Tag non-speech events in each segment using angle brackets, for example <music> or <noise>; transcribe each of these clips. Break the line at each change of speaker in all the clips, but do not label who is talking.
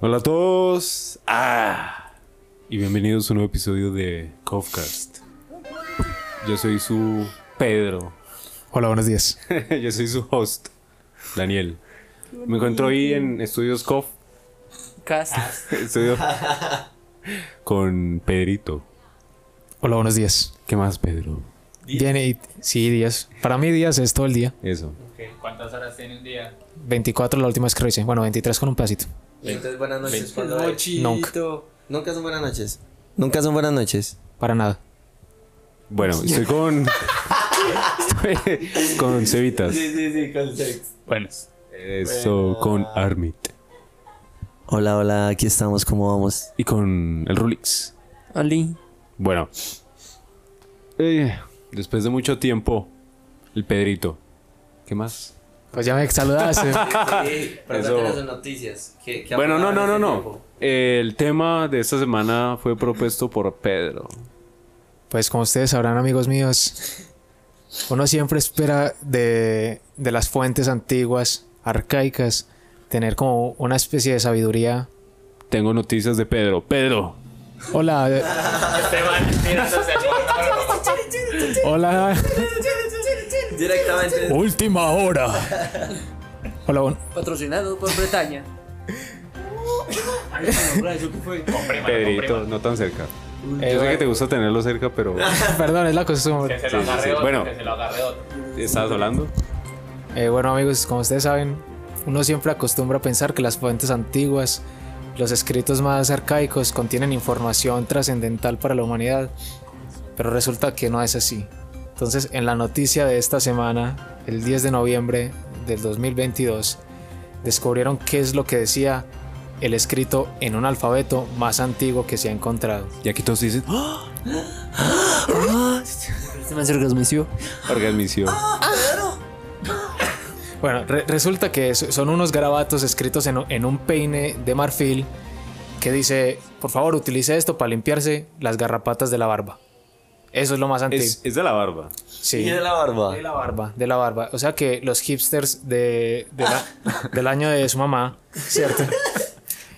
Hola a todos. Ah. Y bienvenidos a un nuevo episodio de Covcast. Yo soy su Pedro. <laughs>
Hola, buenos días.
Yo soy su host, Daniel. Me encuentro hoy en Estudios Cov,
Ah,
Casas.
estudio- <laughs> con Pedrito.
Hola, buenos días.
¿Qué más, Pedro?
Bien, y- sí, días. Para mí días es todo el día.
Eso.
¿Cuántas horas tiene un día?
24 la última vez que revisé. Bueno, 23 con un pedacito.
Y Entonces, buenas noches. cuando hay.
Mochito.
Nunca son buenas noches. Nunca son buenas noches.
Para nada.
Bueno, estoy con. <laughs> estoy con Cevitas.
sí, sí, con sex.
Buenas.
Eso, con Armit.
Hola, hola, aquí estamos, ¿cómo vamos?
Y con el Rulix.
Ali.
Bueno. Eh, después de mucho tiempo, el Pedrito. ¿Qué más?
Pues ya me saludaste.
<laughs>
Sí,
Eso.
noticias. ¿Qué- qué ha
Bueno, no,
pasado
no, no,
en este
no.
tiempo?
El tema de esta semana fue propuesto por Pedro.
pues como ustedes sabrán, amigos míos, uno siempre espera de, de las fuentes antiguas, arcaicas, tener como una especie de sabiduría.
Tengo noticias de Pedro. Pedro.
Hola, eh,
Esteban tirándose al morro.
hola.
Directamente.
Última hora. Hola, bu-
Patrocinado por Bretaña.
Comprima,
Pedrito,
comprima.
no tan cerca.
eh,
Yo sé que te gusta tenerlo cerca, pero
perdón, es la costumbre.
Que se lo
Sí, sí, sí.
agarre otro,
Bueno.
que se lo agarre otro.
¿estás hablando?
Eh, bueno amigos, como ustedes saben, uno siempre acostumbra a pensar que las fuentes antiguas, los escritos más arcaicos contienen información trascendental para la humanidad, pero resulta que no es así. Entonces, en la noticia de esta semana, el 10 de noviembre del 2022, descubrieron qué es lo que decía el escrito en un alfabeto más antiguo que se ha encontrado.
Y aquí todos dicen, ¡Ah!
Se me orgasmició.
Orgasmicio.
Bueno, re- resulta que so- son unos garabatos escritos en, o- en un peine de marfil que dice, por favor, utilice esto para limpiarse las garrapatas de la barba. Eso es lo más antiguo.
Es, es de la barba.
sí.
¿Y de la barba?
De la barba, de la barba. O sea que los hipsters de, de
<laughs>
la- del año de su mamá, ¿cierto?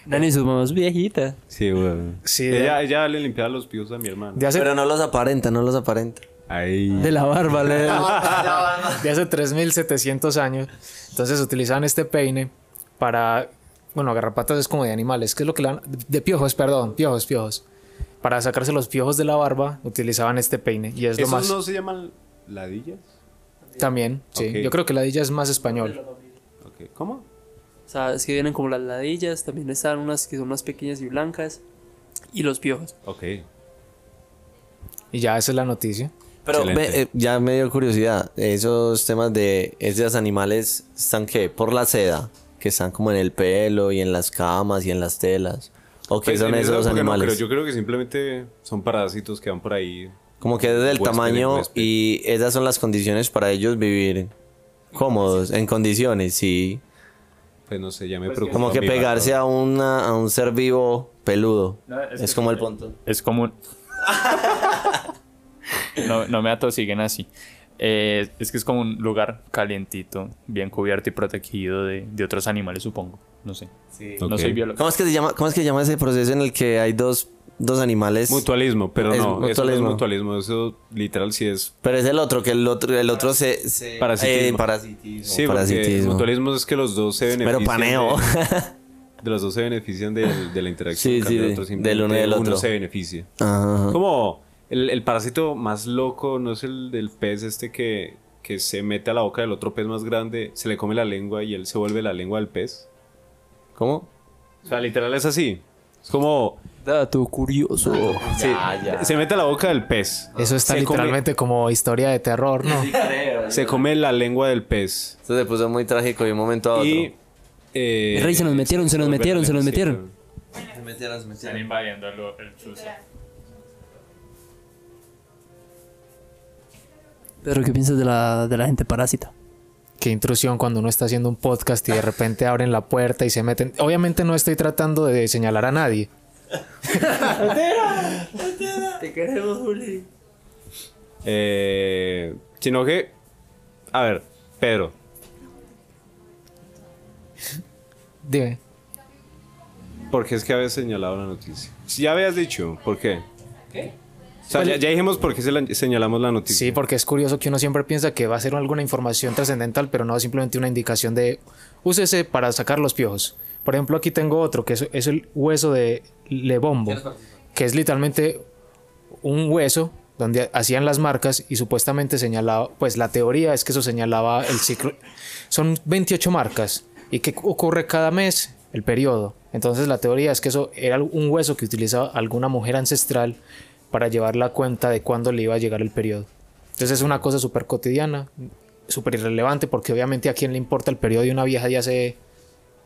Dani, su mamá es viejita.
Sí, güey.
Sí, de-
ella, ella le limpiaba los pies a mi hermano.
De hace,
Pero no los aparenta, no los aparenta.
Ahí.
De la barba, le.
de hace 3.700 años. Entonces utilizaban este peine para, bueno, garrapatas es como de animales, que es lo que le dan- de piojos, perdón, piojos, piojos. Para sacarse los piojos de la barba utilizaban este peine y es lo
¿Esos
más
no se llaman ladillas?
también, sí.
Ok.
Yo creo que la dilla es más español.
Ok. ¿Cómo?
O sea, es que vienen como las ladillas. También están unas que son más pequeñas y blancas. Y los piojos.
Ok.
Y ya esa es la noticia.
Pero
Excelente.
ve, eh, ya me dio curiosidad. Esos temas de esos animales están que por la seda, que están como en el pelo y en las camas y en las telas. ¿O qué
Pues,
son
en esa
esos
época no
animales?
creo. Yo creo que simplemente son parásitos que van por ahí.
Como que desde el
Huésped,
tamaño
huésped.
y esas son las condiciones para ellos vivir cómodos, en condiciones, sí.
Pues no sé, ya me preocupa.
Como que
mi vato.
pegarse a, una, a un ser vivo peludo.
No, es
es
que
como
sí.
el punto.
Es común. No, no me atosiguen así. Eh, es que es como un lugar calientito, bien cubierto y protegido de, de otros animales, supongo. No sé. No
Ok.
soy biólogo.
¿Cómo es que se llama, cómo es que se llama ese proceso en el que hay dos, dos animales?
Mutualismo, pero
Es
no, eso no es
mutualismo.
mutualismo, eso literal sí es.
Pero es el otro, que el otro, el otro se, se-
Parasitismo.
eh, parasitismo.
Sí, porque
parasitismo.
mutualismo es que los dos se benefician.
Pero paneo.
De,
<laughs>
de los dos se benefician del- de, la interacción.
Sí,
en cambio,
sí,
el
sí.
otro
Del
simplemente
uno y del otro.
se beneficia.
Ajá.
Como el, el parásito más loco no es el del pez este que, que se mete a la boca del otro pez más grande, se le come la lengua y él se vuelve la lengua del pez.
¿Cómo?
O sea, literal es así. Es como
Dato curioso.
se,
Ah,
se mete a la boca del pez.
Eso está
Ah. Se come-
literalmente como historia de terror, ¿no?
se come la lengua del pez.
Esto se puso muy trágico de un momento a otro.
Y. eh,
Rey, se nos metieron, se nos
vuelve
metieron,
la
se nos
lengua, sí,
metieron.
Se metieron, se
Están
metieron.
invadiendo el, el chuzo.
Pero, ¿qué piensas de la, de la gente parásita?
<laughs> Qué intrusión cuando uno está haciendo un podcast y de repente abren la puerta y se meten. Obviamente no estoy tratando de señalar a nadie.
Te queremos, Juli.
Eh, sino que. A ver, Pedro.
Dime.
¿Por qué es que habías señalado la noticia? Si ya habías dicho, ¿por qué? O sea, ya, ya dijimos por qué se la- señalamos la noticia.
Sí, porque es curioso que uno siempre piensa que va a ser alguna información trascendental, pero no simplemente una indicación de úsese para sacar los piojos. Por ejemplo, aquí tengo otro que es, es el hueso de Lebombo, que es literalmente un hueso donde hacían las marcas y supuestamente señalaba, pues la teoría es que eso señalaba el ciclo. Son 28 marcas y que ocurre cada mes el periodo. Entonces la teoría es que eso era un hueso que utilizaba alguna mujer ancestral para llevar la cuenta de cuándo le iba a llegar el periodo. Entonces es una cosa súper cotidiana, súper irrelevante, porque obviamente a quién le importa el periodo de una vieja de hace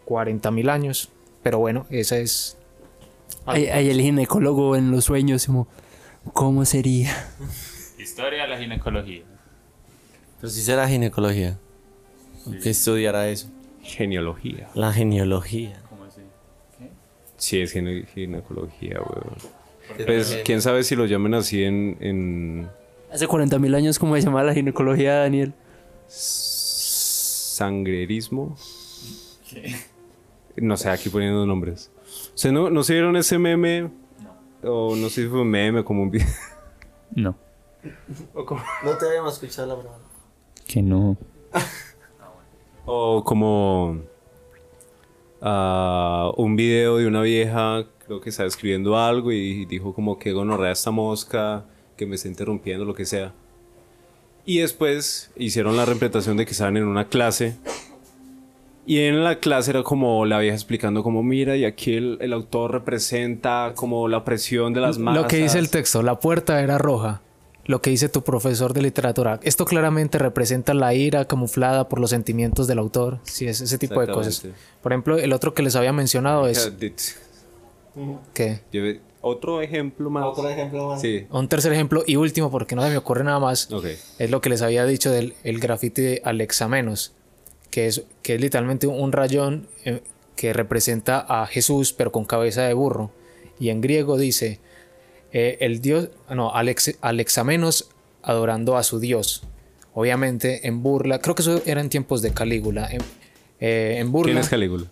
40 mil años. Pero bueno, esa es...
Ahí, ahí el ginecólogo en los sueños, como, ¿cómo sería?
Historia de la ginecología.
Pero si será ginecología. Que estudiará eso.
Genealogía.
La genealogía.
¿Cómo así?
Sí, es gine- ginecología, weón. Pues quién sabe si lo llamen así en. en
Hace 40.000 años, ¿cómo se llamaba la ginecología, Daniel?
sangrerismo. No sé, aquí poniendo nombres. O sea, ¿no, ¿no se vieron ese meme? O no sé si fue un meme, como un video.
No.
No te habíamos escuchado la palabra.
Que no.
O como ah, un video de una vieja, creo que estaba escribiendo algo y dijo como que gonorrea esta mosca, que me está interrumpiendo, lo que sea. Y después hicieron la representación de que estaban en una clase. Y en la clase era como la vieja explicando como, mira, y aquí el, el autor representa como la presión de las masas.
Lo que dice el texto, la puerta era roja. Lo que dice tu profesor de literatura. Esto claramente representa la ira camuflada por los sentimientos del autor. Sí, es ese tipo de cosas.
Exactamente.
Por ejemplo, el otro que les había mencionado es que...
Lleve- Otro ejemplo más. Otro ejemplo más. Sí,
Un tercer ejemplo y último, porque no se me ocurre nada más.
ok.
Es lo que les había dicho del el grafiti de Alexa Menos, que es, que es literalmente un rayón eh, que representa a Jesús, pero con cabeza de burro. Y en griego dice, eh, el dios, no, Alex, Alexamenos adorando a su dios. Obviamente en burla, creo que eso era en tiempos de Calígula. En, eh, en burla,
¿Quién es Calígula?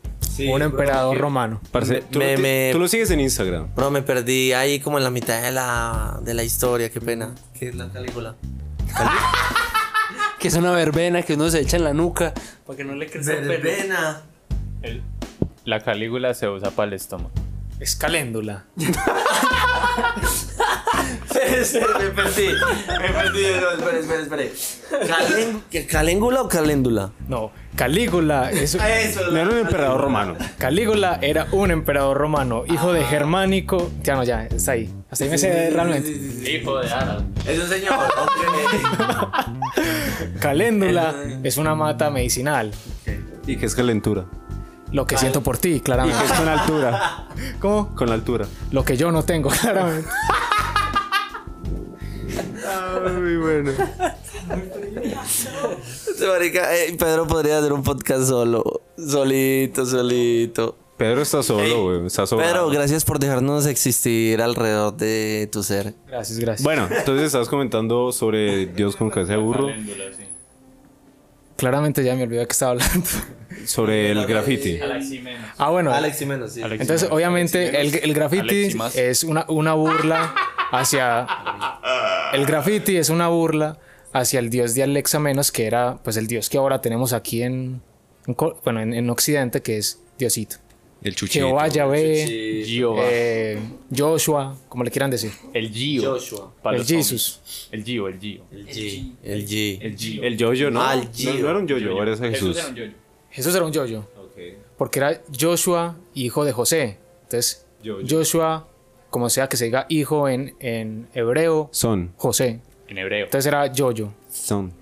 un emperador romano.
Parce, tú,
Me-
lo ti-
me-
tú lo sigues en Instagram.
Bro, me perdí ahí como en la mitad de la, de la historia, qué pena. ¿Qué es la Calígula?
Que es una verbena que uno se echa en la nuca para que no le crezca el pelo.
Verbena.
La calígula se usa para el estómago.
Es caléndula.
<laughs> me perdí. Me perdí. No, espere, espere, espere. Calen- ¿qué, ¿Caléngula o caléndula?
No, Calígula es...
Eso.
No era un emperador romano.
Calígula era un emperador romano, hijo de Germánico. Ya no, ya, está ahí. Hasta ahí me sé realmente.
Hijo de Adam.
Es un señor.
Caléndula es una mata medicinal.
Y que es calentura.
Lo que siento por ti, claramente.
Es con altura.
¿Cómo?
Con la altura.
Lo que yo no tengo, <laughs> claramente.
Marica, eh, Pedro podría hacer un podcast solo. Solito, solito.
Pedro está solo, güey. Está solo.
Pedro, gracias por dejarnos existir alrededor de tu ser.
Gracias, gracias.
Bueno, entonces estabas comentando sobre Dios con cabeza de burro,
Caléndula, sí.
claramente ya me olvidé de qué estaba hablando.
sobre el graffiti.
Aleximeno.
Ah, bueno.
Alex y menos, sí.
Entonces, obviamente, el, el graffiti
Aleximas.
es una, una burla hacia. El graffiti es una burla hacia el dios de Alexa Menos, que era pues el dios que ahora tenemos aquí en. en Co- bueno, en, en Occidente, que es Diosito.
El chuchito.
Jehová, Yahvé,
Jehová.
eh, Joshua, como le quieran decir.
el Gio.
Joshua.
Para
el
los hombres.
Jesus.
El Gio, el Gio.
El G. El G.
El Gio.
El yo-yo, ¿no?
Ah, el
No,
yo-yo.
No, era un yo-yo, era ese Jesús.
era un yo-yo.
Jesús era un yoyo,
Ok.
porque era Joshua, hijo de José. Entonces,
Yo-yo.
Joshua, como sea que se diga hijo en, en hebreo,
Son.
José.
En hebreo.
Entonces era yoyo.
Son.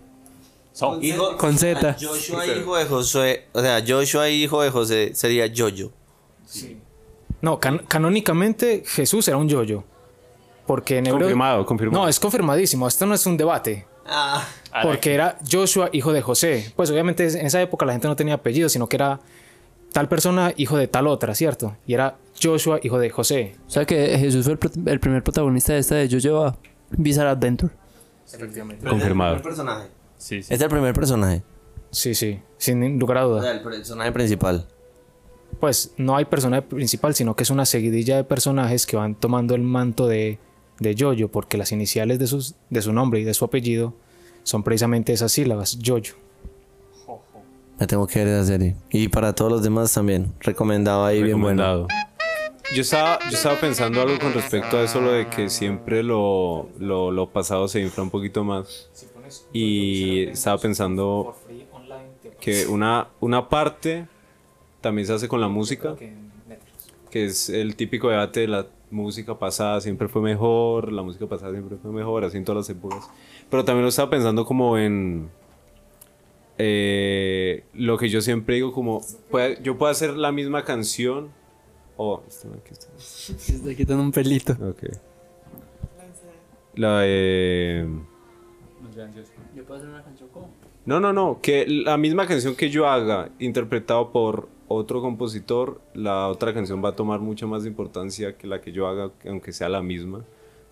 Son.
Hijo,
Con Z.
Joshua, hijo de José. O sea, Joshua, hijo de José, sería Jojo.
No, can- canónicamente Jesús era un yoyo. Porque en hebreo.
Confirmado, confirmado.
No, es confirmadísimo. Esto no es un debate.
Ah.
Porque era Joshua, hijo de José. Pues obviamente en esa época la gente no tenía apellido, sino que era tal persona, hijo de tal otra, ¿cierto? Y era Joshua, hijo de José.
O sea que Jesús fue el, prot- el primer protagonista de esta de Yo Lleva Bizarre Adventure.
Confirmado.
personaje.
Sí, sí.
Es el primer personaje. Ah.
Sí, sí, sin lugar a
O
duda.
sea, el personaje principal.
pues no hay personaje principal, sino que es una seguidilla de personajes que van tomando el manto de, de Yoyo, porque las iniciales de, sus, de su nombre y de su apellido son precisamente esas sílabas, Yoyo.
Me tengo que ver esa serie. Y para todos los demás también. Recomendado ahí, bien bueno.
Recomendado. Yo estaba, yo estaba pensando algo con respecto a eso, lo de que siempre lo, lo, lo pasado se infla un poquito más. Y estaba pensando que una, una parte también se hace con la música, que es el típico debate de la música pasada siempre fue mejor, la música pasada siempre fue mejor, así en todas las épocas. Pero también lo estaba pensando como en eh, lo que yo siempre digo, como puede- yo puedo hacer la misma canción. Oh, esto no, aquí está.
Se está quitando un pelito.
Ok. La eh, de.
Yo puedo hacer una canción como.
No, no, no. Que la misma canción que yo haga, interpretado por otro compositor, la otra canción va a tomar mucha más importancia que la que yo haga, aunque sea la misma.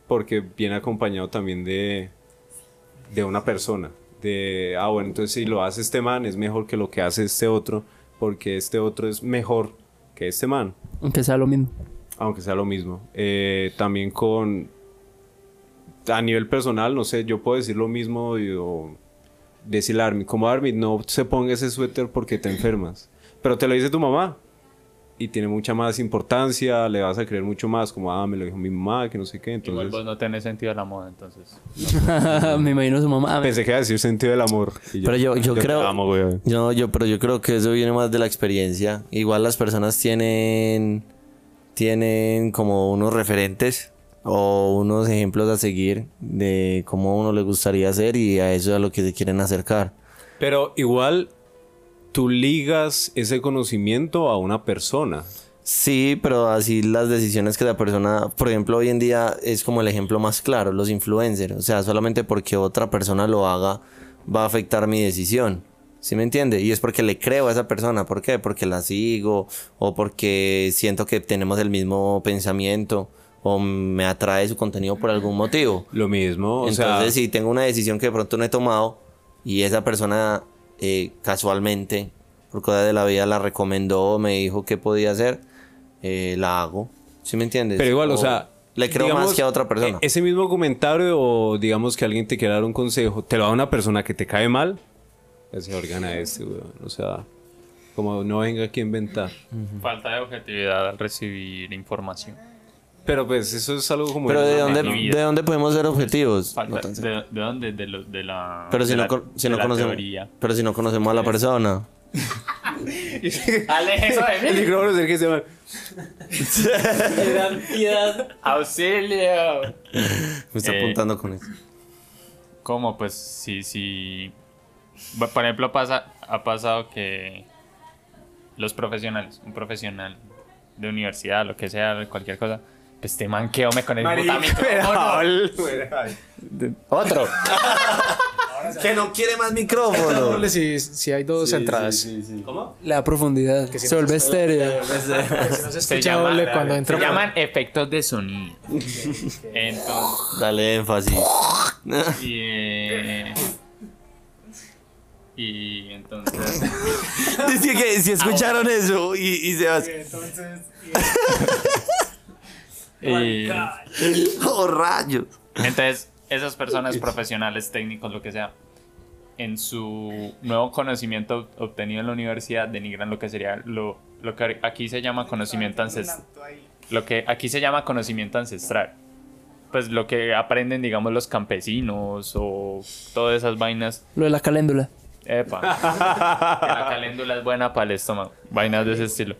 Porque viene acompañado también de. de una persona. De. Ah, bueno, entonces si lo hace este man, es mejor que lo que hace este otro. Porque este otro es mejor que este man.
Aunque sea lo mismo. <laughs>
aunque sea lo mismo. Eh, también con... A nivel personal, no sé, yo puedo decir lo mismo y- o decirle a Armin, como Armin, no se ponga ese suéter porque te enfermas. Pero te lo dice tu mamá y tiene mucha más importancia, le vas a creer mucho más, como, ah, me lo dijo mi mamá, que no sé qué.
Igual
Entonces,
vos no tenés sentido de la moda, entonces.
Me imagino su mamá. "Ah,
pensé que iba a decir sentido del amor. y
Pero yo- yo
te
creo-
amo, güey".
No, yo, pero yo creo que eso viene más de la experiencia. Igual las personas tienen, tienen como unos referentes o unos ejemplos a seguir de cómo a uno le gustaría hacer y a eso es a lo que se quieren acercar.
Pero igual, tú ligas ese conocimiento a una persona.
Sí, pero así las decisiones que la persona, por ejemplo, hoy en día es como el ejemplo más claro, los influencers. O sea, solamente porque otra persona lo haga va a afectar mi decisión. ¿Sí me entiende? Y es porque le creo a esa persona. ¿Por qué? Porque la sigo o porque siento que tenemos el mismo pensamiento o me atrae su contenido por algún motivo.
Lo mismo, o sea...
Entonces, si tengo una decisión que de pronto no he tomado y esa persona eh, casualmente, por cosas de la vida, la recomendó, me dijo qué podía hacer, eh, la hago. ¿Sí me entiendes?
Pero igual, o, sea.
Le creo
digamos,
más que a otra persona.
e- Ese mismo comentario, o digamos que alguien te quiera dar un consejo, te lo da una persona que te cae mal, ese organa este, weón. O sea, como no venga aquí a inventar.
Falta de objetividad al recibir información.
Pero pues eso es algo como.
Pero ¿de
una-
dónde,
mi vida.
¿de dónde podemos ser objetivos?
Falta,
No tan
de, de dónde? De, lo- de la.
Pero si,
de
no,
la-
con- si
de
no
la
conocemos,
teoría. <laughs> Eh,
pero si no conocemos a la persona.
¡Aleje eso
<laughs>
de
El
<laughs>
mí!
micrófono es el que se llama.
Me dan piedad.
¡Auxilio!
Me está
Eh,
apuntando con eso.
¿Cómo? Pues sí, sí. Bu- Por ejemplo, pasa, ha pasado que los profesionales, un profesional de universidad, lo que sea, cualquier cosa, pues te manqueome con el
<laughs>
puta micrófono.
<laughs>
Otro. que no quiere más micrófono.
Si, si hay dos entradas.
Le da profundidad. se vuelve estéreo.
No se
Se,
escucha
llama-
doble cuando entra.
se llaman efectos de sonido. Entonces.
<laughs> Dale énfasis. <laughs>
Y, eh, y entonces.
Dice que si escucharon eso y, y se va. <laughs>
y-
¡Oh, rayos!
entonces, esas personas profesionales, técnicos, lo que sea, en su nuevo conocimiento obtenido en la universidad, denigran lo que sería lo, lo que aquí se llama conocimiento ancestral. Lo que aquí se llama conocimiento ancestral. Pues lo que aprenden, digamos, los campesinos o todas esas vainas.
Lo de la caléndula.
Epa. <laughs> Que la caléndula es buena para el estómago. Vainas de ese estilo.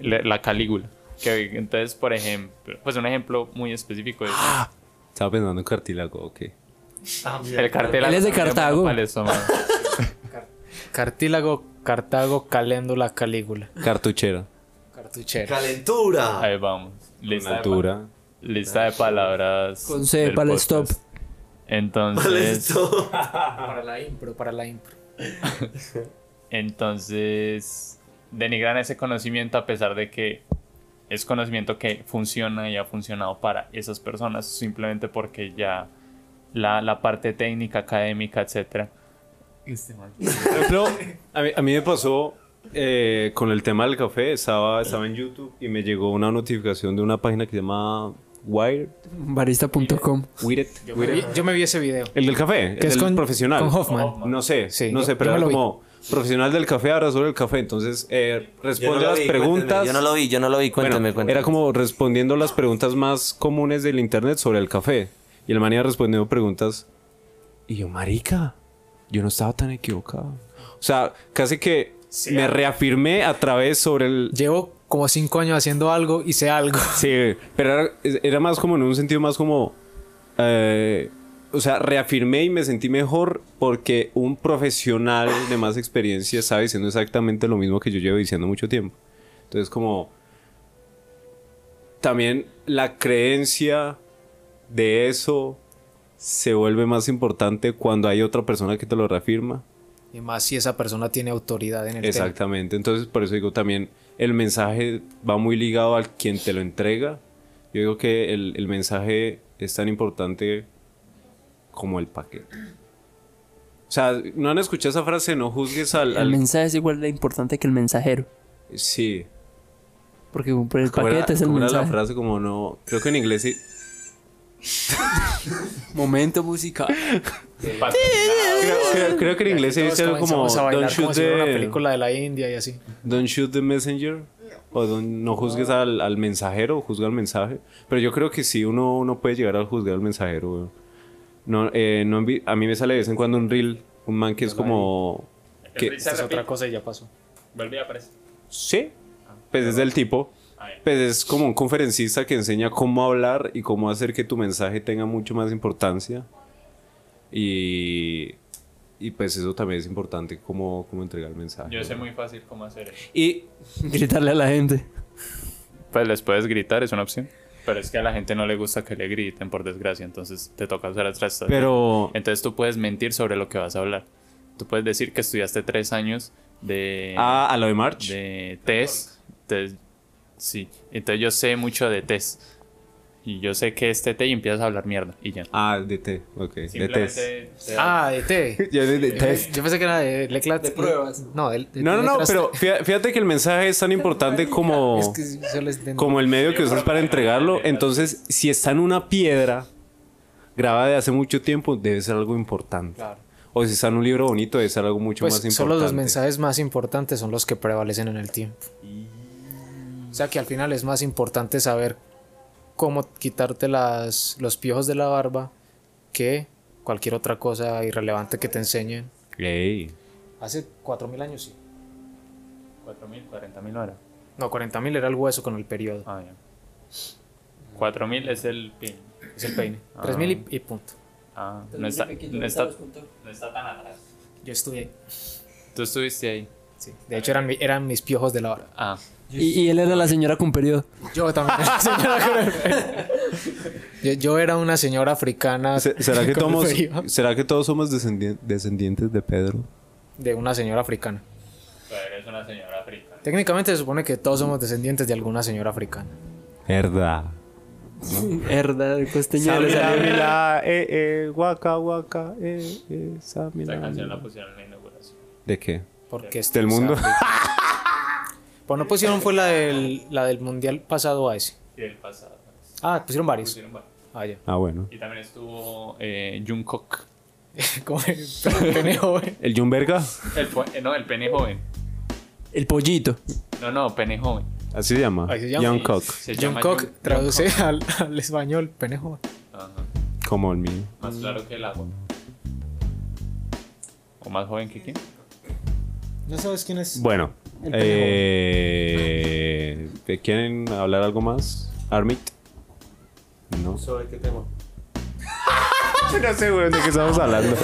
Le- La calígula. Que entonces, por ejemplo, pues un ejemplo muy específico es
Estaba pensando en cartílago, ok.
el cartel.
Él es de
también bueno
Cartago.
para el estómago.
Cartílago, Cartago, Caléndula, Calígula.
Cartuchera.
Cartuchera.
¡Calentura!
Ahí vamos. Lista,
Con
De,
altura.
pa- lista de palabras.
Con C,
del
para el
podcast.
stop.
Entonces,
Para la impro, para la impro.
entonces, denigran ese conocimiento a pesar de que es conocimiento que funciona y ha funcionado para esas personas simplemente porque ya la, la parte técnica, académica, etcétera.
Por ejemplo, a mí, a mí me pasó eh, con el tema del café, estaba, estaba en YouTube y me llegó una notificación de una página que se llama Wired.
Barista.com.
Wired. Wired.
Yo me vi ese video.
El del café, el
Que es
del
con-
profesional.
con Hoffman.
No sé,
Sí,
no
yo-
sé, pero
yo me
era
lo vi.
como profesional del café, ahora sobre el café. Entonces, eh,
Yo no
responde
lo
las
vi, cuénteme.
preguntas.
Yo no lo vi, yo no lo vi,
Bueno,
cuéntame, cuéntame.
Era como respondiendo las preguntas más comunes del internet sobre el café. Y el man iba respondiendo preguntas. Y yo, marica, yo no estaba tan equivocado. O sea, casi que me reafirmé a través sobre el...
Llevo como cinco años haciendo algo y sé algo. <laughs>
Sí, pero era, era más como en un sentido más como... eh, o sea, reafirmé y me sentí mejor porque un profesional de más experiencia estaba diciendo exactamente lo mismo que yo llevo diciendo mucho tiempo. Entonces, como... También la creencia de eso se vuelve más importante cuando hay otra persona que te lo reafirma.
Y más si esa persona tiene autoridad en el tema.
Exactamente. Entonces, por eso digo también, el mensaje va muy ligado al quien te lo entrega. Yo digo que el, el mensaje es tan importante como el paquete. O sea, ¿no han escuchado esa frase? No juzgues al...
El
al-
mensaje es igual de importante que el mensajero.
Sí.
Porque el
¿Cómo era-
paquete es el
cómo era la
mensaje.
frase como no... Creo que en inglés sí...
Momento musical.
Creo, creo- creo que en inglés se dice algo como...
Comenzamos a bailar
Don't
como
shoot,
si fuera una
the,
película de la India y así.
don't shoot the messenger. O don't- no juzgues al, al mensajero, juzga al mensaje. Pero yo creo que sí, uno, uno puede llegar a juzgar al mensajero, weón. No, eh, no envi- a mí me sale de vez en cuando un reel, un man que es como... que-
Se
Esa es otra
repite,
cosa y ya pasó.
Vuelve y aparece.
sí, pues es del tipo.
Ah, bien.
Pues es como un conferencista que enseña cómo hablar y cómo hacer que tu mensaje tenga mucho más importancia. Y, y pues eso también es importante, cómo, cómo entregar el mensaje.
Yo sé
weón.
muy fácil cómo hacer eso.
Y
Gritarle a la gente.
Pues les puedes gritar, es una opción. Pero es que a la gente no le gusta que le griten, por desgracia. Entonces te toca hacer otras estrategia.
Pero...
Entonces tú puedes mentir sobre lo que vas a hablar. Tú puedes decir que estudiaste tres años de,
Ah, a lo de March.
de test. Te- sí, entonces yo sé mucho de test. Y yo sé que este té y empiezas a hablar mierda. Y ya.
Ah, de té, ok. De <laughs> test.
Simplemente te-
Ah, de <laughs> té.
Yo de, de test.
Yo pensé que era de leclas.
De pruebas.
No, de, de
No, no, no,
letras.
pero fía- fíjate que el mensaje es tan importante como,
Es que se les entiende.
como el medio que usas para entregarlo. Entonces, si está en una piedra grabada de hace mucho tiempo, debe ser algo importante. O si está en un libro bonito, debe ser algo mucho
Pues
más importante.
solo los mensajes más importantes son los que prevalecen en el tiempo. O sea que al final es más importante saber cómo quitarte las, los piojos de la barba que cualquier otra cosa irrelevante que te enseñen.
Ey.
Hace 4.000 años sí.
4.000, 40.000 horas.
No, 40.000 era el hueso con el periodo.
Ah, ya. 4.000 es el pin.
Es el peine.
Ah.
3.000 y, y punto.
Ah, no está, no, está, no está tan atrás.
Yo estudié.
Tú estuviste ahí.
Sí. De hecho eran, mi- eran mis piojos de la barba.
Ah,
Y, y él era la señora con periodo.
Yo
<laughs>
también. era señora con el peine. yo, yo era una señora africana.
Se-
<laughs>
¿Será que,
con el
todos,
periodo.
¿Será que todos somos descendi- descendientes de Pedro?
de una señora africana.
pero eres una señora africana.
Técnicamente se supone que todos somos descendientes de alguna señora africana.
Verdad.
Herda de costeño.
Esa canción la pusieron en la inauguración.
¿De qué?
Porque
¿Del mundo?
Pues no pusieron fue la del, la del mundial pasado a ese.
Y del pasado.
Ah, pusieron varios.
Pusieron varios.
Ah, ya.
<laughs>
<laughs>
Ah, bueno.
Y también estuvo eh, Jungkook.
Como el pene joven.
¿El John Verga?
El, fu- eh, no, el pene joven.
El pollito.
No, no, pene joven.
Así se llama.
Así se llama.
Young Cock.
Se
John
llama
Cock
Jung-
traduce al, al español pene joven.
Ajá.
Como el mío.
Más claro que el agua. ¿O más joven que quién?
¿No sabes quién es?
Bueno, eh, ¿quieren hablar algo más? ¿Armit? No. ¿Sobre qué tema? <laughs> no sé, weón, de qué estamos hablando.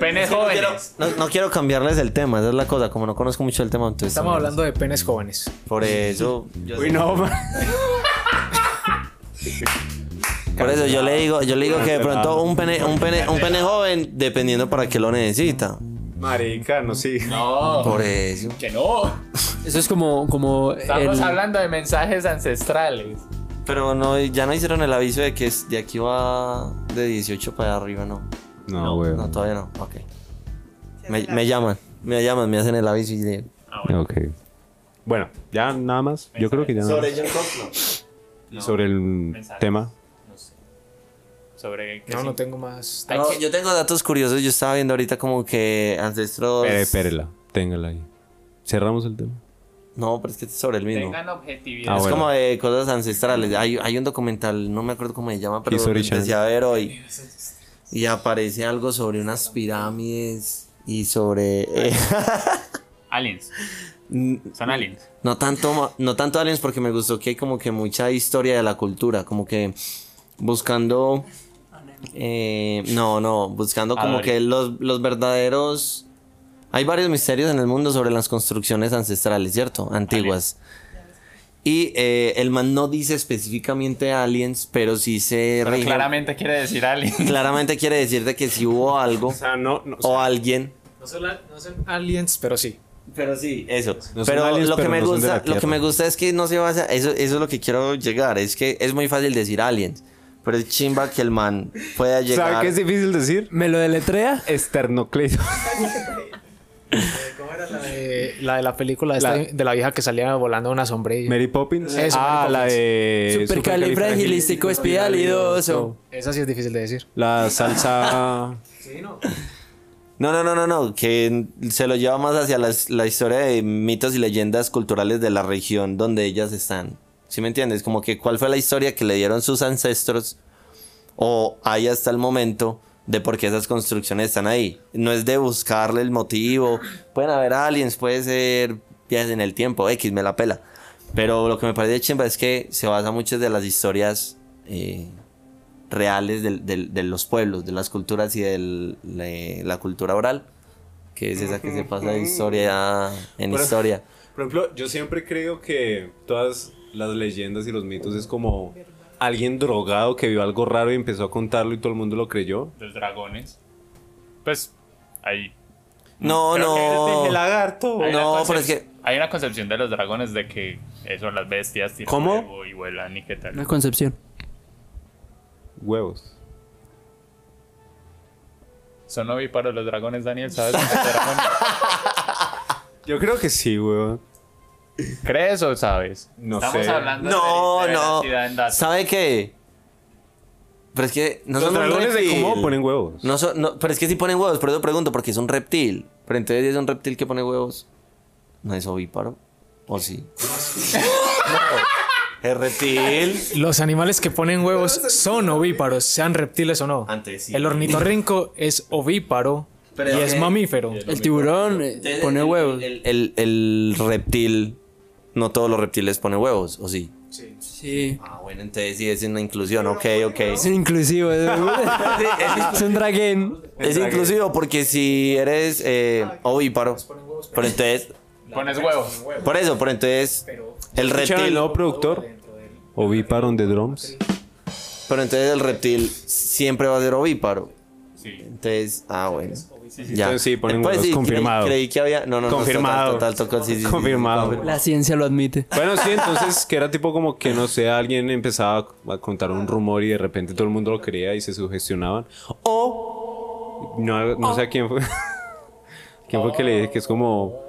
Pene joven.
No, no quiero cambiarles el tema, esa es la cosa. Como no conozco mucho el tema, entonces.
Estamos hablando de penes jóvenes.
Por eso.
Uy, no, man.
Por eso yo le digo, yo le digo que de pronto un pene, un pene, un pene joven, dependiendo para qué lo necesita.
Marica, no, sí.
No,
Por eso.
que no.
Eso es como. como
Estamos
el-
hablando de mensajes ancestrales.
Pero no, ya no hicieron el aviso de que es- de aquí va de 18 para arriba, no.
No, weón.
No, todavía no. Ok. Me, me llaman, me llaman, me hacen el aviso y de-
Ok. Bueno, ya nada más. Yo creo que ya nada más.
John Cotton.
Y Sobre el
mensajes.
tema.
No sé. Sobre que
No,
sí.
no tengo más.
Hay que-
yo tengo datos curiosos. Yo estaba viendo ahorita como que ancestros.
Pere, pérela, téngala ahí. Cerramos el tema.
No, pero es que es sobre el mismo.
tengan objetividad.
Ah,
es
bueno.
como de cosas ancestrales. Hay, hay un documental, no me acuerdo cómo se llama, pero lo
History Channel.
empecé a ver hoy. Y aparece algo sobre unas pirámides y sobre. eh, <laughs>
Aliens. Son aliens.
No tanto, no tanto aliens porque me gustó que hay como que mucha historia de la cultura, como que buscando... eh, no, no, buscando como
Adore.
que los, los verdaderos... Hay varios misterios en el mundo sobre las construcciones ancestrales, ¿cierto? Antiguas. Y eh, el man no dice específicamente aliens, pero sí se
Pero
rige-
claramente quiere
<laughs>
decir aliens.
claramente quiere decirte que si hubo algo
O sea, no, no,
o alguien
No son, la- no son aliens, pero sí.
Pero sí, eso.
No son
pero
aliens,
lo que
pero
me
no son de la
gusta, lo que
Tierra.
me gusta es que no se basa, eso, eso es lo que quiero llegar, es que es muy fácil decir aliens, pero es chimba que el man pueda
¿Sabe
llegar.
qué es difícil decir?
¿Me lo deletrea?
Esternocleido.
¿Cómo era la de la, película esta
La-
de, de la vieja que salía volando una sombrilla?
Mary Poppins.
Eso,
ah,
Mary
la
Poppins.
de.
Supercalifragilístico espialidoso.
Esa sí es difícil de decir.
La salsa.
No, no, no, no, no, que se lo lleva más hacia las- la historia de mitos y leyendas culturales de la región donde ellas están. ¿Sí me entiendes? Como que cuál fue la historia que le dieron sus ancestros o hay hasta el momento de por qué esas construcciones están ahí. No es de buscarle el motivo. Pueden haber aliens, puede ser viajes en el tiempo, X, me la pela. Pero lo que me parece chimba es que se basa muchas de las historias eh, reales del- del- de, los pueblos, de las culturas y de la cultura oral, que es esa que se pasa de historia en
Bueno.
historia.
Por ejemplo, yo siempre creo que todas las leyendas y los mitos es como alguien drogado que vio algo raro y empezó a contarlo y todo el mundo lo creyó.
Los dragones. Pues ahí.
No,
Creo que
no.
desde
lagarto.
Hay
No,
una
pero
concep-
es que-
Hay una concepción de los dragones de que eso, las bestias tiran
¿Cómo?
huevo y vuelan y qué tal.
Una concepción.
Huevos.
Son ovíparos los dragones, Daniel, ¿sabes? los dragones?
Yo creo que sí, huevón.
¿Crees o sabes?
No
Estamos
sé.
hablando
No,
de, de
no.
veracidad en datos.
¿Sabe qué? Pero es que no
Los
son un
dragones de
reptil.
cómo ponen huevos.
No son- no, pero es que sí ponen huevos, por eso pregunto, porque es un reptil. Pero entonces es un reptil que pone huevos. ¿No es ovíparo? ¿O sí? <laughs> no. Es reptil.
Los animales que ponen huevos son ovíparos, sean reptiles o no.
Antes sí.
El ornitorrinco es ovíparo
Pero
y
es
es
que-
mamífero.
El tiburón eh, pone huevos.
El, el- el reptil. No todos los reptiles ponen huevos, ¿o sí?
Sí.
Ah, bueno, entonces sí es una inclusión, ok, ok.
Es inclusivo.
<laughs>
Es, es un dragón.
Es inclusivo porque si eres eh, ovíparo, pero entonces
Pones huevos.
Por eso, pero entonces
¿Escucharon
el
el
reptil,
nuevo productor? Ovíparo on the drums.
pero entonces el reptil siempre va a ser ovíparo.
Sí.
Entonces, ah, bueno. Ya.
Entonces sí, ponen
Eh, pues
huevos,
creí-
confirmado.
Creí, que había, no, no, no,
Confirmado.
total, total, total, sí, sí, sí, sí,
Confirmado.
confirmado.
La ciencia lo admite.
Bueno, sí, entonces que era tipo como que no sé, alguien empezaba a contar un rumor y de repente todo el mundo lo creía y se sugestionaban. O no, no sé a quién fue. <laughs> ¿Quién fue que le dije que es como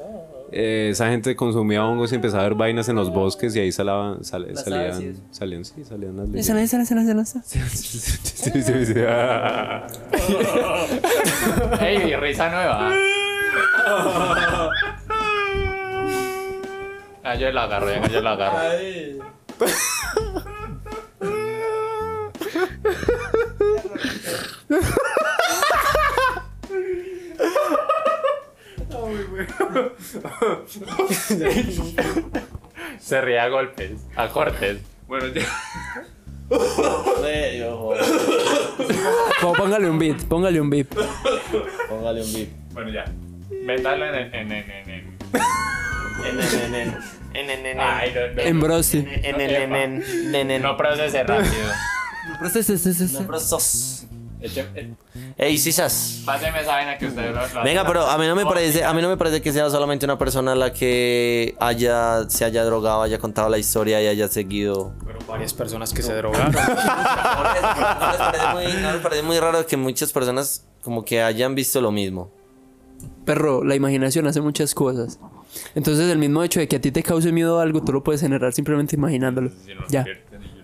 eh, esa gente consumía hongos y empezaba a ver vainas en los bosques y ahí salaban, sal- salían, salían, sí, salían las
Esa no
leyendas.
es, esa no es, esa no es, esa no es.
<laughs>
¡Ey, risa nueva! Ah, yo la agarro, venga, yo la agarro. Se ríe a golpes, a cortes. Bueno, ya.
Como póngale un beat, póngale un beat.
Póngale un bip.
Bueno, ya. Métalo en el. En, en, en, en. Ay, no, no.
En brosti.
No procese rápido. Eche- eh,
Ey, sisas.
Páseme esa vaina que ustedes lo- lo-
Venga, pero a mí no me parece, a mí no me parece que sea solamente una persona la que haya se haya drogado, haya contado la historia y haya <laughs> seguido
Varias personas que se drogaron.
No les parece muy- no les parece muy raro que muchas personas como que hayan visto lo mismo.
Perro, la imaginación hace muchas cosas.
Entonces, el mismo hecho de que a ti te cause miedo algo, tú lo puedes generar simplemente imaginándolo. Ya.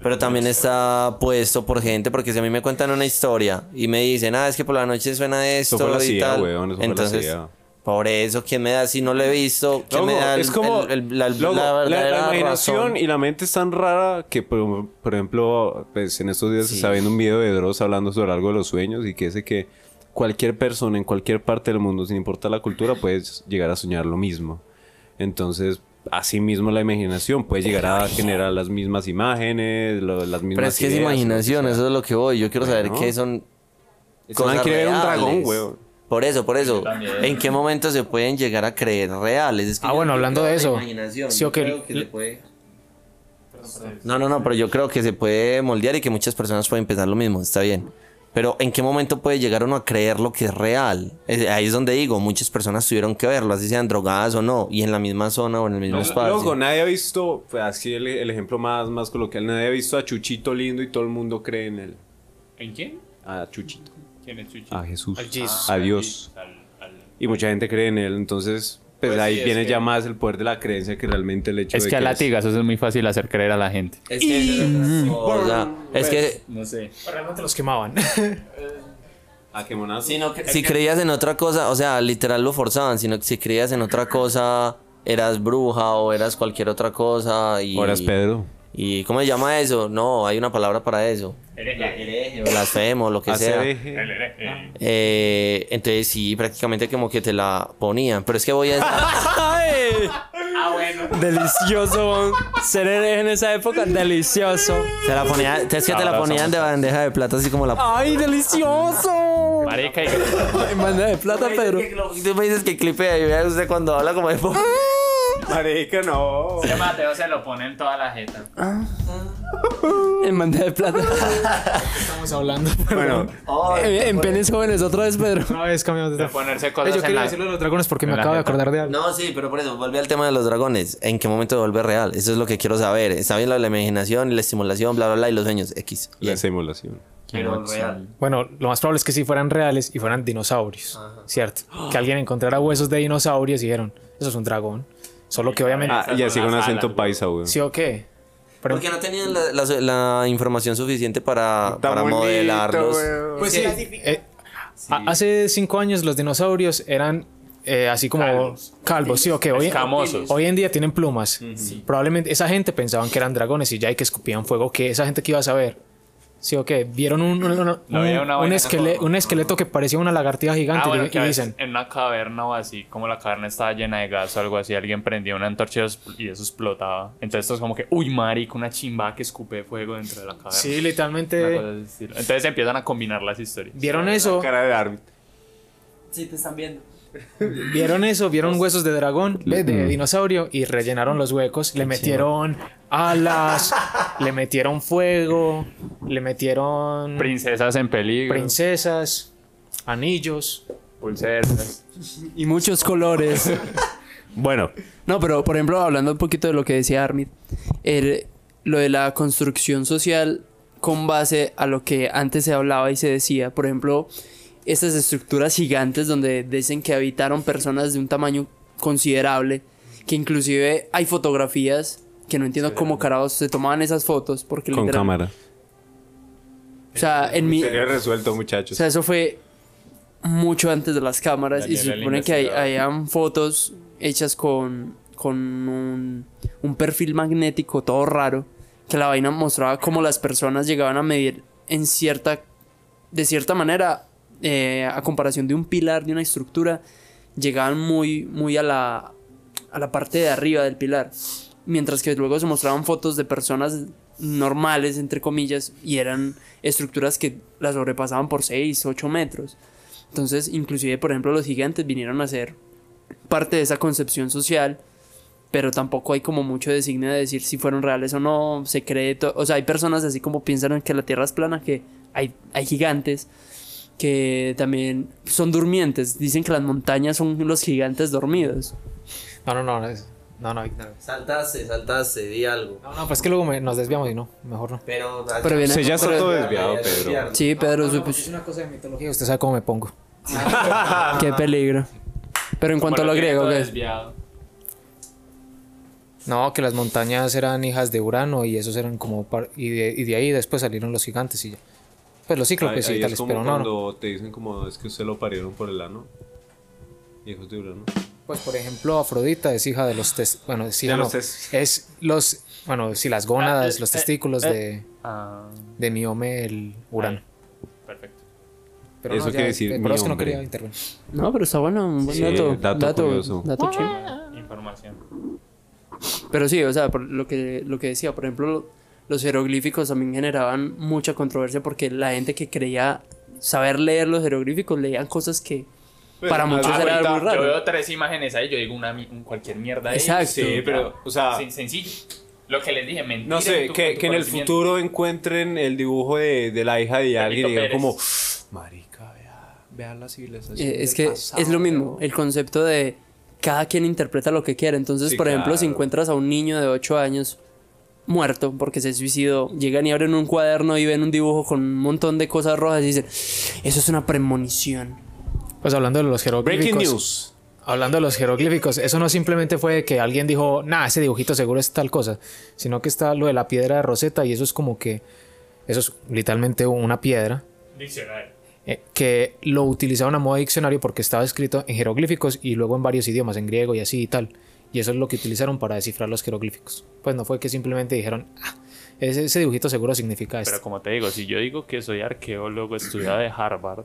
Pero también está puesto por gente, porque si a mí me cuentan una historia y me dicen, ah, es que por la noche suena esto
fue la
y
CIA,
tal.
weón, eso fue la
Entonces,
CIA.
por eso, ¿quién me da? Si no lo he visto, ¿quién me
Loco,
da? el-
es como
el- el- la,
loco,
la
la- la
verdadera
imaginación
razón?
y la mente es tan rara que, por, por ejemplo, pues en estos días se está viendo un video de Dross hablando sobre algo de los sueños y que dice que cualquier persona en cualquier parte del mundo, sin importar la cultura, puede llegar a soñar lo mismo. Entonces, así mismo la imaginación puede llegar a generar las mismas imágenes, lo- las mismas
Pero es que es
ideas,
imaginación,
o sea.
eso es lo que voy. Yo quiero saber
Bueno.
qué son.
Este man
Cosas
quiere ver un
reales.
dragón, weón.
Por eso, por eso.
también.
¿En qué momento se pueden llegar a creer reales? Es que
Ah,
yo
bueno,
creo
hablando
que
de
la
eso.
imaginación,
Sí,
yo
ok.
creo que se puede- No, no, no, pero yo creo que se puede moldear y que muchas personas pueden pensar lo mismo, está bien. Pero ¿en qué momento puede llegar uno a creer lo que es real? Es- ahí es donde digo, muchas personas tuvieron que verlo, así sean drogadas o no, y en la misma zona o en el mismo espacio.
Loco, nadie ha visto, pues, así el, el ejemplo más, más coloquial, nadie ha visto a Chuchito lindo y todo el mundo cree en él.
¿En quién?
A Chuchito.
¿Quién es Chuchi?
A Jesús.
Al Jesus.
A Dios.
Al- al-
Y mucha gente cree en él, entonces, pues,
Pues
ahí
sí, es
viene
que-
ya más el poder de la creencia que realmente el hecho
Es
de
que a
es-
latigazos es muy fácil hacer creer a la gente.
Es que, esa es otra cosa. Es que
No sé.
Realmente los quemaban. <laughs>
A quemonazo.
si creías en otra cosa, o sea, literal lo forzaban, sino que si creías en otra cosa, eras bruja o eras cualquier otra cosa. Y,
Ahora es Pedro.
¿Y cómo se llama eso? No, hay una palabra para eso. Hereje. Blasfemo, lo que sea.
Hacer eje.
Eh, entonces sí, prácticamente como que te la ponían. Pero es que voy a...
¡Ay! Delicioso. Ser hereje en esa época, delicioso.
te la ponía- <laughs> es que te la
Ahora
ponían de bandeja de plata así como la...
¡Ay, delicioso!
Marica, y-
En banda de plata, Pedro.
Tú me dices que clipea y vea usted cuando habla como de... po-
Marica, no.
Ese Mateo se lo pone en toda la jeta.
En banda de plata. Eh,
Estamos hablando.
Bueno,
En, en penes jóvenes, otra vez, Pedro.
Una vez cambiamos de
De
tema.
ponerse
Eh,
cosas
Yo
en
quería
la...
decirlo de los dragones porque me
en la
acabo de
jeta.
acordar de algo.
No, sí, pero por eso, volví al tema de los dragones. ¿En qué momento se vuelve real? Eso es lo que quiero saber. Está bien lo de la imaginación y la estimulación, bla, bla, bla, y los sueños. X.
la simulación.
Pero real.
Bueno, lo más probable es que sí fueran reales y fueran dinosaurios, ¿cierto? Que alguien encontrara huesos de dinosaurios y dijeron, eso es un dragón. Solo que obviamente...
Ah, y así con acento paisa, weón.
¿Sí o qué? Pero-
Porque no tenían la, la- la información suficiente para,
Está
para
bonito,
modelarlos.
weón.
Pues sí. eh, a- Hace cinco años los dinosaurios eran eh, así como calvos, sí o qué. Hoy,
Escamosos.
hoy en día tienen plumas. Probablemente esa gente pensaban que eran dragones y ya y que escupían fuego, que esa gente que iba a saber. Sí o qué. Vieron un, un, un-
había
un
una vaina
esquele-
como-
un esqueleto que parecía una lagartija gigante y-
Ah, bueno,
y,
que a veces
dicen,
en una caverna o así, como la caverna estaba llena de gas o algo así, alguien prendía una antorcha y eso- y eso explotaba. Entonces esto es como que, uy, marica, una chimba que escupe fuego dentro de la caverna.
sí,
Una
literalmente
cosa de ese estilo. Entonces empiezan a combinar las historias.
vieron eso,
Cara de árbitro.
Sí, te están viendo.
vieron eso, vieron huesos de dragón, ve, de dinosaurio y rellenaron los huecos, le metieron
<laughs>
alas, le metieron fuego, le metieron
Princesas en peligro.
princesas, anillos.
pulseras.
Y muchos colores.
Bueno,
No, pero por ejemplo, hablando un poquito de lo que decía Armit, el- lo de la construcción social con base a lo que antes se hablaba y se decía, por ejemplo, estas estructuras gigantes donde dicen que habitaron personas de un tamaño considerable, que inclusive hay fotografías que no entiendo cómo carajos se tomaban esas fotos porque
con
literal-
cámara.
O sea, en mi
Sería resuelto,
o
muchachos.
sea, eso fue mucho antes de las cámaras y se
Daniel, el
supone que hay,
investigador.
hayan fotos hechas con, con un, un perfil magnético todo raro que la vaina mostraba cómo las personas llegaban a medir en cierta de cierta manera eh, a comparación de un pilar de una estructura llegaban muy muy a la a la parte de arriba del pilar mientras que luego se mostraban fotos de personas normales, entre comillas, y eran estructuras que las sobrepasaban por 6, 8 metros. Entonces, inclusive, por ejemplo, los gigantes vinieron a ser parte de esa concepción social, pero tampoco hay como mucho designio de decir si fueron reales o no, se cree, to- o sea, hay personas así como piensan en que la Tierra es plana, que hay, hay gigantes que también son durmientes, dicen que las montañas son los gigantes dormidos.
No, no, no, no, es- no, no, no.
Saltaste, saltaste, di algo.
No, no, pues es que luego me- nos desviamos y no, mejor no.
Pero,
Pero viene-
Se ya está
pero-
todo desviado, Pedro.
Sí, Pedro,
Pues,
supe-
una cosa de mitología, usted sabe cómo me pongo.
Qué peligro. Pero en cuanto a lo griego, ¿qué?
No, que las montañas eran hijas de Urano y esos eran como. par- Y de, y de ahí después salieron los gigantes y ya. Pues los
Ahí-
cíclopes
ahí
y
es
tales,
como
pero no,
cuando
no.
te dicen como es que usted lo parieron por el ano. Hijos de Urano.
Pues por ejemplo, Afrodita es hija de los. tes- Bueno, es hija
De
no.
los tes-
Es los. Bueno, sí, las
Ah,
gónadas,
eh,
los
eh,
testículos
eh.
de,
Ah,
de Miome, el Urano.
perfecto.
Pero
Eso
no,
quiere decir
Pero es que no
Miombe.
quería intervenir.
No, pero está bueno, un buen
Sí,
dato.
dato curioso.
dato chido.
Información.
Pero sí, o sea, por lo que, lo que decía, por ejemplo, lo- los jeroglíficos también generaban mucha controversia porque la gente que creía saber leer los jeroglíficos leían cosas que para
haz de
muchos era
Pues, ah, Ahorita
algo
Yo
raro.
veo tres imágenes ahí, yo digo una, mi- un cualquier mierda. ahí.
Exacto.
Sí, pero, o sea,
Sen- sencillo. Lo que les dije, mentira.
no sé,
en tu-
que,
tu
que en el
conocimiento.
futuro encuentren el dibujo de, de la hija de alguien y digan
Pérez.
como, marica, vea, vea la civilización.
Eh, es
del
que
Pues pasado,
es lo mismo, el concepto de cada quien interpreta lo que quiere. Entonces,
Sí,
por ejemplo, si
claro.
encuentras a un niño de 8 años muerto porque se suicidó, llegan y abren un cuaderno y ven un dibujo con un montón de cosas rojas y dicen, eso es una premonición.
Pues hablando de los jeroglíficos.
Breaking news.
Hablando de los jeroglíficos, eso no simplemente fue que alguien dijo, nah, ese dibujito seguro es tal cosa, sino que está lo de la piedra de Rosetta y eso es como que, eso es literalmente una piedra
Diccionario.
eh, que lo utilizaban a modo de diccionario porque estaba escrito en jeroglíficos y luego en varios idiomas, en griego y así y tal. Y eso es lo que utilizaron para descifrar los jeroglíficos. Pues no fue que simplemente dijeron, ah, ese, ese dibujito seguro significa esto.
Pero como te digo, si yo digo que soy arqueólogo, estudiado de Harvard,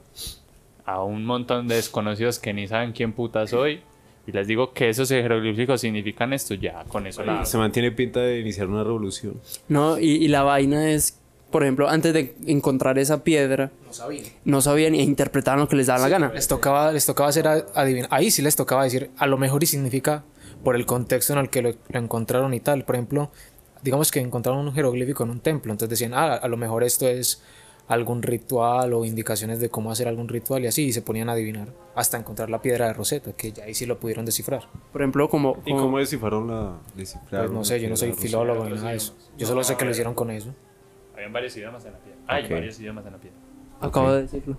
a un montón de desconocidos que ni saben quién puta soy, y les digo que esos jeroglíficos significan esto, ya con eso la.
Se mantiene pinta de iniciar una revolución.
No, y, y la vaina es, por ejemplo, antes de encontrar esa piedra, no sabían. No sabían e interpretaban lo que les daba la gana.
Les tocaba, les tocaba hacer a- adivinar. Ahí sí les tocaba decir, a lo mejor y significa por el contexto en el que lo, lo encontraron y tal. Por ejemplo, digamos que encontraron un jeroglífico en un templo. Entonces decían, ah, a lo mejor esto es algún ritual o indicaciones de cómo hacer algún ritual y así. Y se ponían a adivinar hasta encontrar la piedra de Rosetta, que ya ahí sí lo pudieron descifrar.
Por ejemplo, como...
¿Y cómo descifraron la descifraron
Pues no
la
sé, yo no soy
piedra
filólogo ni nada de eso. Yo solo sé que lo hicieron con eso.
Habían varios idiomas en la piedra. Hay
Ok.
varios idiomas en la piedra.
acabo de decirlo.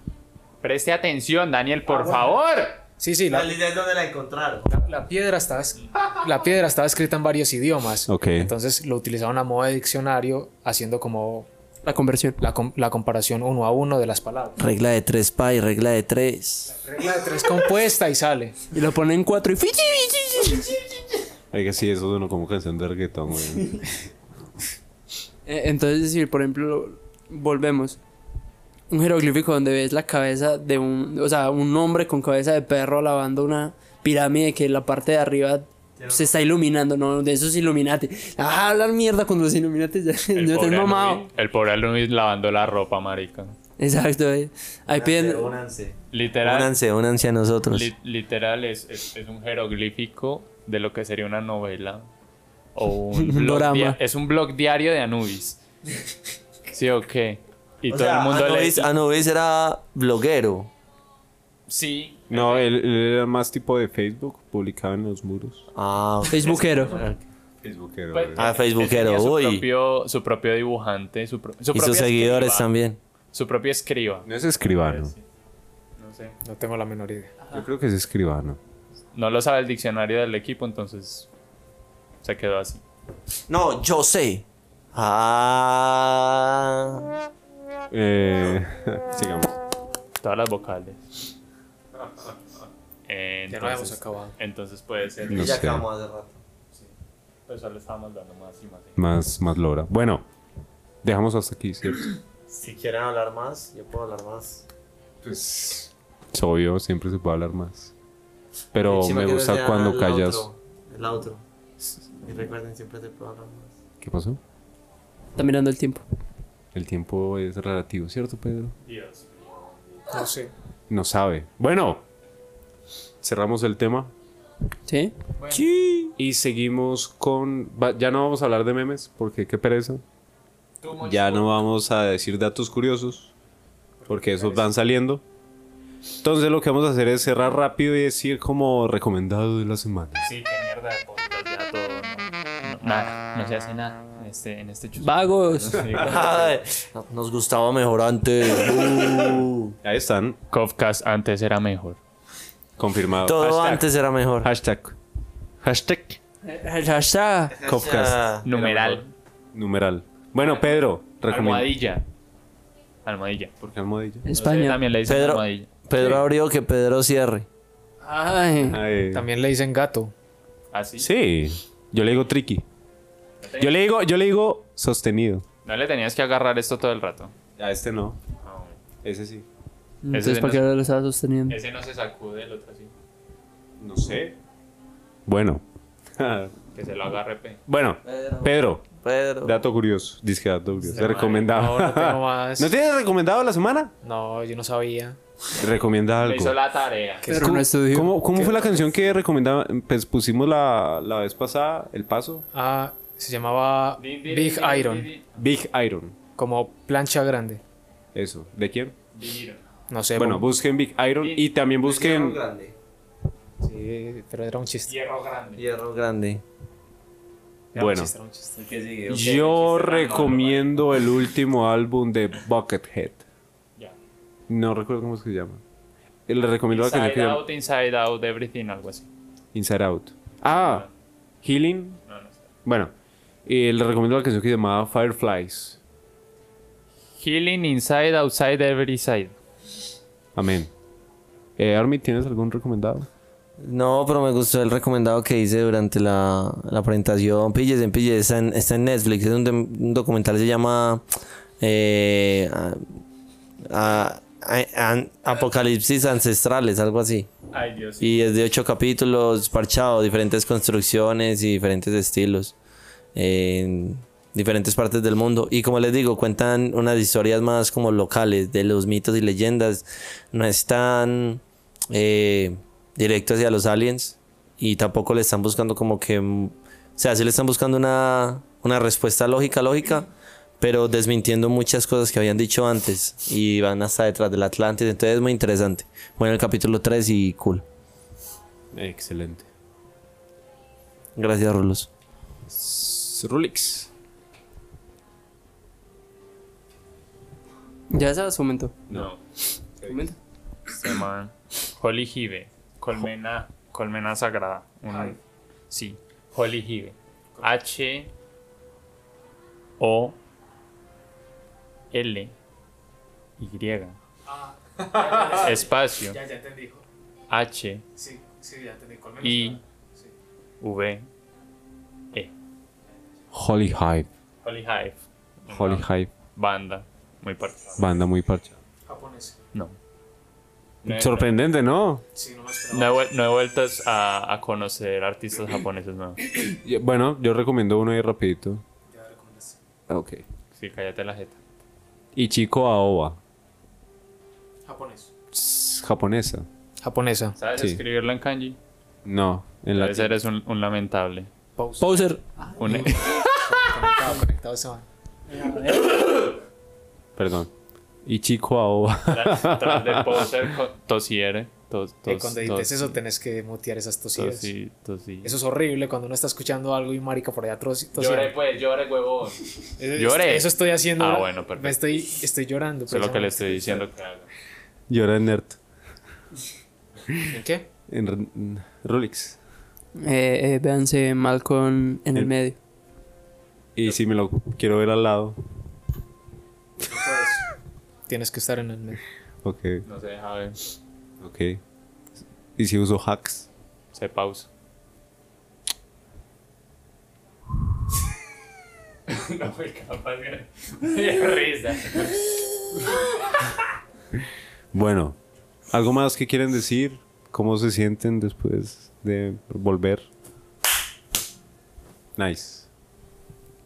Preste atención, Daniel,
Ah,
por favor.
Sí, sí, la,
idea es donde la encontraron.
la piedra estaba, es- la piedra estaba escrita en varios idiomas.
Ok.
Entonces lo utilizaron a modo de diccionario, haciendo como
La conversión.
la, com- la comparación uno a uno de las palabras.
Regla de tres pi, regla de tres.
Regla de tres compuesta y sale.
Y lo ponen en cuatro y...
Hay que sí, eso uno como canción de reggaetón, güey.
Eh, Entonces, si por ejemplo, volvemos. Un jeroglífico donde ves la cabeza de un... O sea, un hombre con cabeza de perro lavando una pirámide que la parte de arriba se está iluminando, ¿no? De esos Illuminati. Ah, hablar mierda con los Illuminati. <laughs> Ya,
<laughs>
El
ya te
pobre
han mamado.
Anubis- El pobre Anubis lavando la ropa, marica.
Exacto, eh. Ahí piden...
Literal.
Únanse, únanse a nosotros.
li- literal es, es- es un jeroglífico de lo que sería una novela.
<laughs>
O un,
Un
blog
dorama.
dia- Es un blog diario de Anubis. ¿Sí o qué? Y todo el mundo
Anubis,
le
Anubis era bloguero.
Sí.
No, él, él era más tipo de Facebook, publicaba en los muros. eh,
Ah,
<laughs>
ok.
Facebookero.
Facebookero,
Pues,
güey.
Ah, Facebookero,
él tenía su
uy.
propio, su propio dibujante, su, pro- su
y
propia
sus seguidores
escriba,
también.
Su propio escriba.
No es escribano.
No sé.
No tengo la menor idea.
Yo creo que es escribano.
No lo sabe el diccionario del equipo, entonces se quedó así.
No, yo sé. Ah.
<laughs> Eh, <laughs> sigamos.
Todas las vocales. <laughs> Eh,
Ya lo habíamos
entonces-
acabado.
Entonces puede ser.
No sé.
hace rato.
Pues solo estábamos dando más y más.
Más, más lora. Bueno, dejamos hasta aquí, ¿cierto?
Si quieren hablar más, yo puedo hablar más.
Pues. Es obvio, siempre se puede hablar más. Pero me gusta cuando callas.
El otro. Y recuerden, siempre te puedo hablar más.
¿Qué pasó?
Está mirando el tiempo.
El tiempo es relativo, ¿cierto, Pedro?
Dios.
No sé.
No sabe. Bueno, cerramos el tema
¿Sí?
y seguimos con. va- Ya no vamos a hablar de memes porque qué pereza. Ya no vamos a decir datos curiosos porque esos van saliendo. Entonces lo que vamos a hacer es cerrar rápido y decir como recomendado de la semana.
Sí, qué mierda de podcast. Ya todo. No, no- nada. No se hace nada en este, en este chus-
Vagos.
<laughs>
Nos gustaba
<laughs>
mejor antes. Uh.
Ahí están.
Covcast antes era mejor.
Confirmado.
Todo
Hashtag.
antes era mejor.
Hashtag. Hashtag.
El hashtag.
Ah,
Numeral.
Numeral. Bueno, Pedro, recomienda.
Almohadilla. Almohadilla.
¿Por qué almohadilla?
Ustedes
España.
También le dicen
Pedro.
almohadilla.
Pedro abrió que Pedro cierre.
Ay.
Ay,
También le dicen gato.
Así.
Ah, eh, Sí, yo le digo tricky. Yo le digo, yo le digo sostenido.
No le tenías que agarrar esto todo el rato.
A este no.
Ah.
Ese sí.
Entonces,
sí
¿para qué
no-
ahora lo estaba sosteniendo?
Ese no se sacude, el otro sí.
No sé. Bueno. <laughs>
Que se lo agarre, pe.
bueno, Pedro,
Pedro.
dato curioso. Dice dato curioso. recomendado.
No,
<laughs>
no <laughs> tengo más.
¿No tienes recomendado la semana?
No, yo no sabía.
Recomendado
Me hizo
algo.
la tarea.
Pero no estudió.
¿Cómo, cómo fue la canción que recomendaba? Pues pusimos la, la vez pasada, El Paso.
Ah, se llamaba
Din, din,
Big
din, din,
Iron,
din,
Big Iron.
como plancha grande.
Eso. ¿De quién?
din, din.
No sé.
Bueno,
bo-
busquen Big Iron y también busquen.
sí, pero era un chiste.
Hierro grande.
Hierro grande.
Bueno,
Era un chiste.
yo recomiendo el último álbum de Buckethead.
Ya.
No recuerdo cómo se llama. Eh, Le recomiendo la canción que
Inside
se llama
out, inside out, everything, algo así.
Inside Out. Ah, Healing.
No, no está.
Bueno, eh, le recomiendo la canción que se llamaba Fireflies.
Healing inside, outside, every side.
Amén. Eh, Armin, ¿tienes algún recomendado?
No, pero me gustó el recomendado que hice durante la, la presentación. Pilles en Pilles, está en, está en Netflix. Es un, de- un documental, se llama eh, ah, ah, ah, an- Apocalipsis Ancestrales, algo así.
Ay, Dios.
Y es de ocho capítulos, parchado, diferentes construcciones y diferentes estilos en diferentes partes del mundo. Y como les digo, cuentan unas historias más como locales de los mitos y leyendas. No están eh, directo hacia los aliens y tampoco le están buscando como que... mm, O sea, sí le están buscando una, una respuesta lógica, lógica, pero desmintiendo muchas cosas que habían dicho antes y van hasta detrás del Atlantis. Entonces es muy interesante. Bueno, el capítulo 3 y cool.
Excelente.
Gracias, Rulos.
Rulix.
Ya sabes, momento.
No.
Momento.
Se llama Holy Jive. Colmena, colmena sagrada. Un- sí, Holy Jive. H O L Y espacio
Ya, ya entendí.
H
Sí, sí, ya entendí.
I V E.
Holy Hype.
Holy Hive.
Holy Hype.
Banda. Muy particular.
Banda muy parcha.
japonés.
No. No he-
Sorprendente, ¿no?
Sí, no
no he, vuel- no he vuelto a, a conocer artistas japoneses nuevos.
Y- Bueno, yo recomiendo uno ahí rapidito. Ok.
Sí, cállate la jeta.
Ichiko Aoba.
Japonés.
S- Japonesa.
Japonesa.
¿Sabes
Sí.
escribirlo en kanji?
No, en
Debes
latín.
eres un, un lamentable.
Pause.
Poser.
Ah,
Un-
Conectado, conectado ese man.
Perdón. Ichiko Aoba.
<laughs> <laughs> tras de poser, co- tosiere. Tos, tos,
Eh, cuando edites eso tenés que mutear esas tosidas.
tosi- tosi-
Eso es horrible cuando uno está escuchando algo y marica por allá tos- tosiendo.
Llore, pues, llore, huevón.
Eh,
llore.
Eso estoy haciendo.
Ah,
ahora.
bueno, perfecto.
Me estoy, estoy llorando.
Eso es lo que le estoy
precisamente.
diciendo que haga.
Llora en Nerd.
¿En qué?
En R- en Rulix.
Eh, eh, véanse Malcolm en el
El-
medio.
Y si me lo quiero ver al lado.
Tienes que estar en el medio.
Ok,
No se deja ver.
ok. Y si uso hacks.
Se
<laughs>
pausa. no fui capaz de- de risa.
Bueno, ¿algo más que quieren decir? ¿Cómo se sienten después de volver? Nice.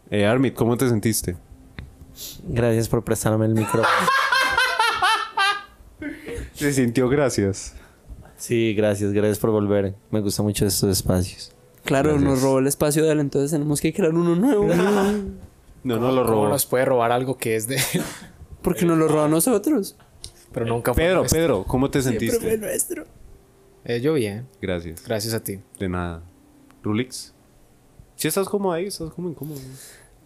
Eh, Armit, ¿cómo te sentiste?
Gracias por prestarme el micrófono.
Se sintió gracias.
Sí, gracias, gracias por volver. Me gusta mucho estos espacios.
Claro,
Gracias.
nos robó el espacio de él, entonces tenemos que crear uno <laughs> nuevo.
No, no lo
¿Cómo
robó.
nos puede robar algo que es de él? <laughs>
Porque nos lo robó a nosotros.
Pero nunca fue
Pedro,
nuestro.
Pedro, ¿cómo te
Siempre fue
sentiste?
nuestro.
Eh, yo bien.
Gracias.
Gracias a ti.
De nada. Rulix. Si estás como ahí, estás como incómodo.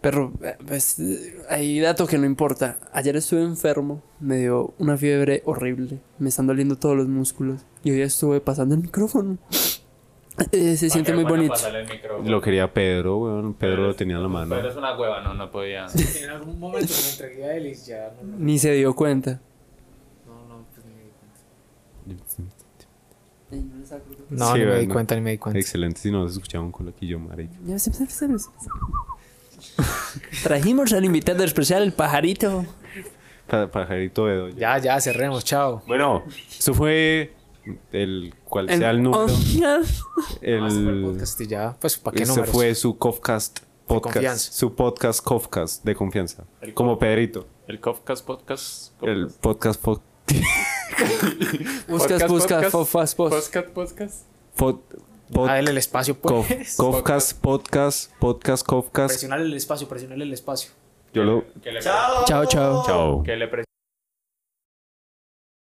Pero eh, pues, eh, hay dato que no importa. Ayer estuve enfermo, me dio una fiebre horrible, me están doliendo todos los músculos y hoy estuve pasando el micrófono. <laughs> Eh, se siente
Ok,
muy
bueno,
bonito.
pásale el micrófono.
Lo quería Pedro, weón. Pedro lo tenía en la mano.
Pero es una hueva, no, no podía.
En algún momento me entregué a él y ya no, no,
Ni se dio cuenta.
no, no, pues, ni me di cuenta.
Sí,
No, ni me
bueno.
di cuenta, ni me di cuenta.
Excelente, si no se escuchaba un coloquillo, marica.
Trajimos al invitado especial, el pajarito.
Pa- Pajarito de doña.
Ya, ya, cerremos, chao.
Bueno, eso fue el cual sea el número. El,
Ah, Podcast y ya, pues, ¿para qué
ese
números?
fue su Kofcast podcast.
confianza.
Su podcast Kofcast de confianza.
El
Como Pedrito.
El Kofkas Podcast.
El podcast pod-
Buscas, buscas,
Podcast, podcast.
fofas, fos.
Podcast Podcast.
pod- pod-
Dale el espacio,
Kof-
<laughs> pues.
Kofcast podcast, podcast Kofcast.
Presionarle el espacio, presionarle el espacio.
Yo lo
Que le,
Chao, chao.
chao.
que le pre-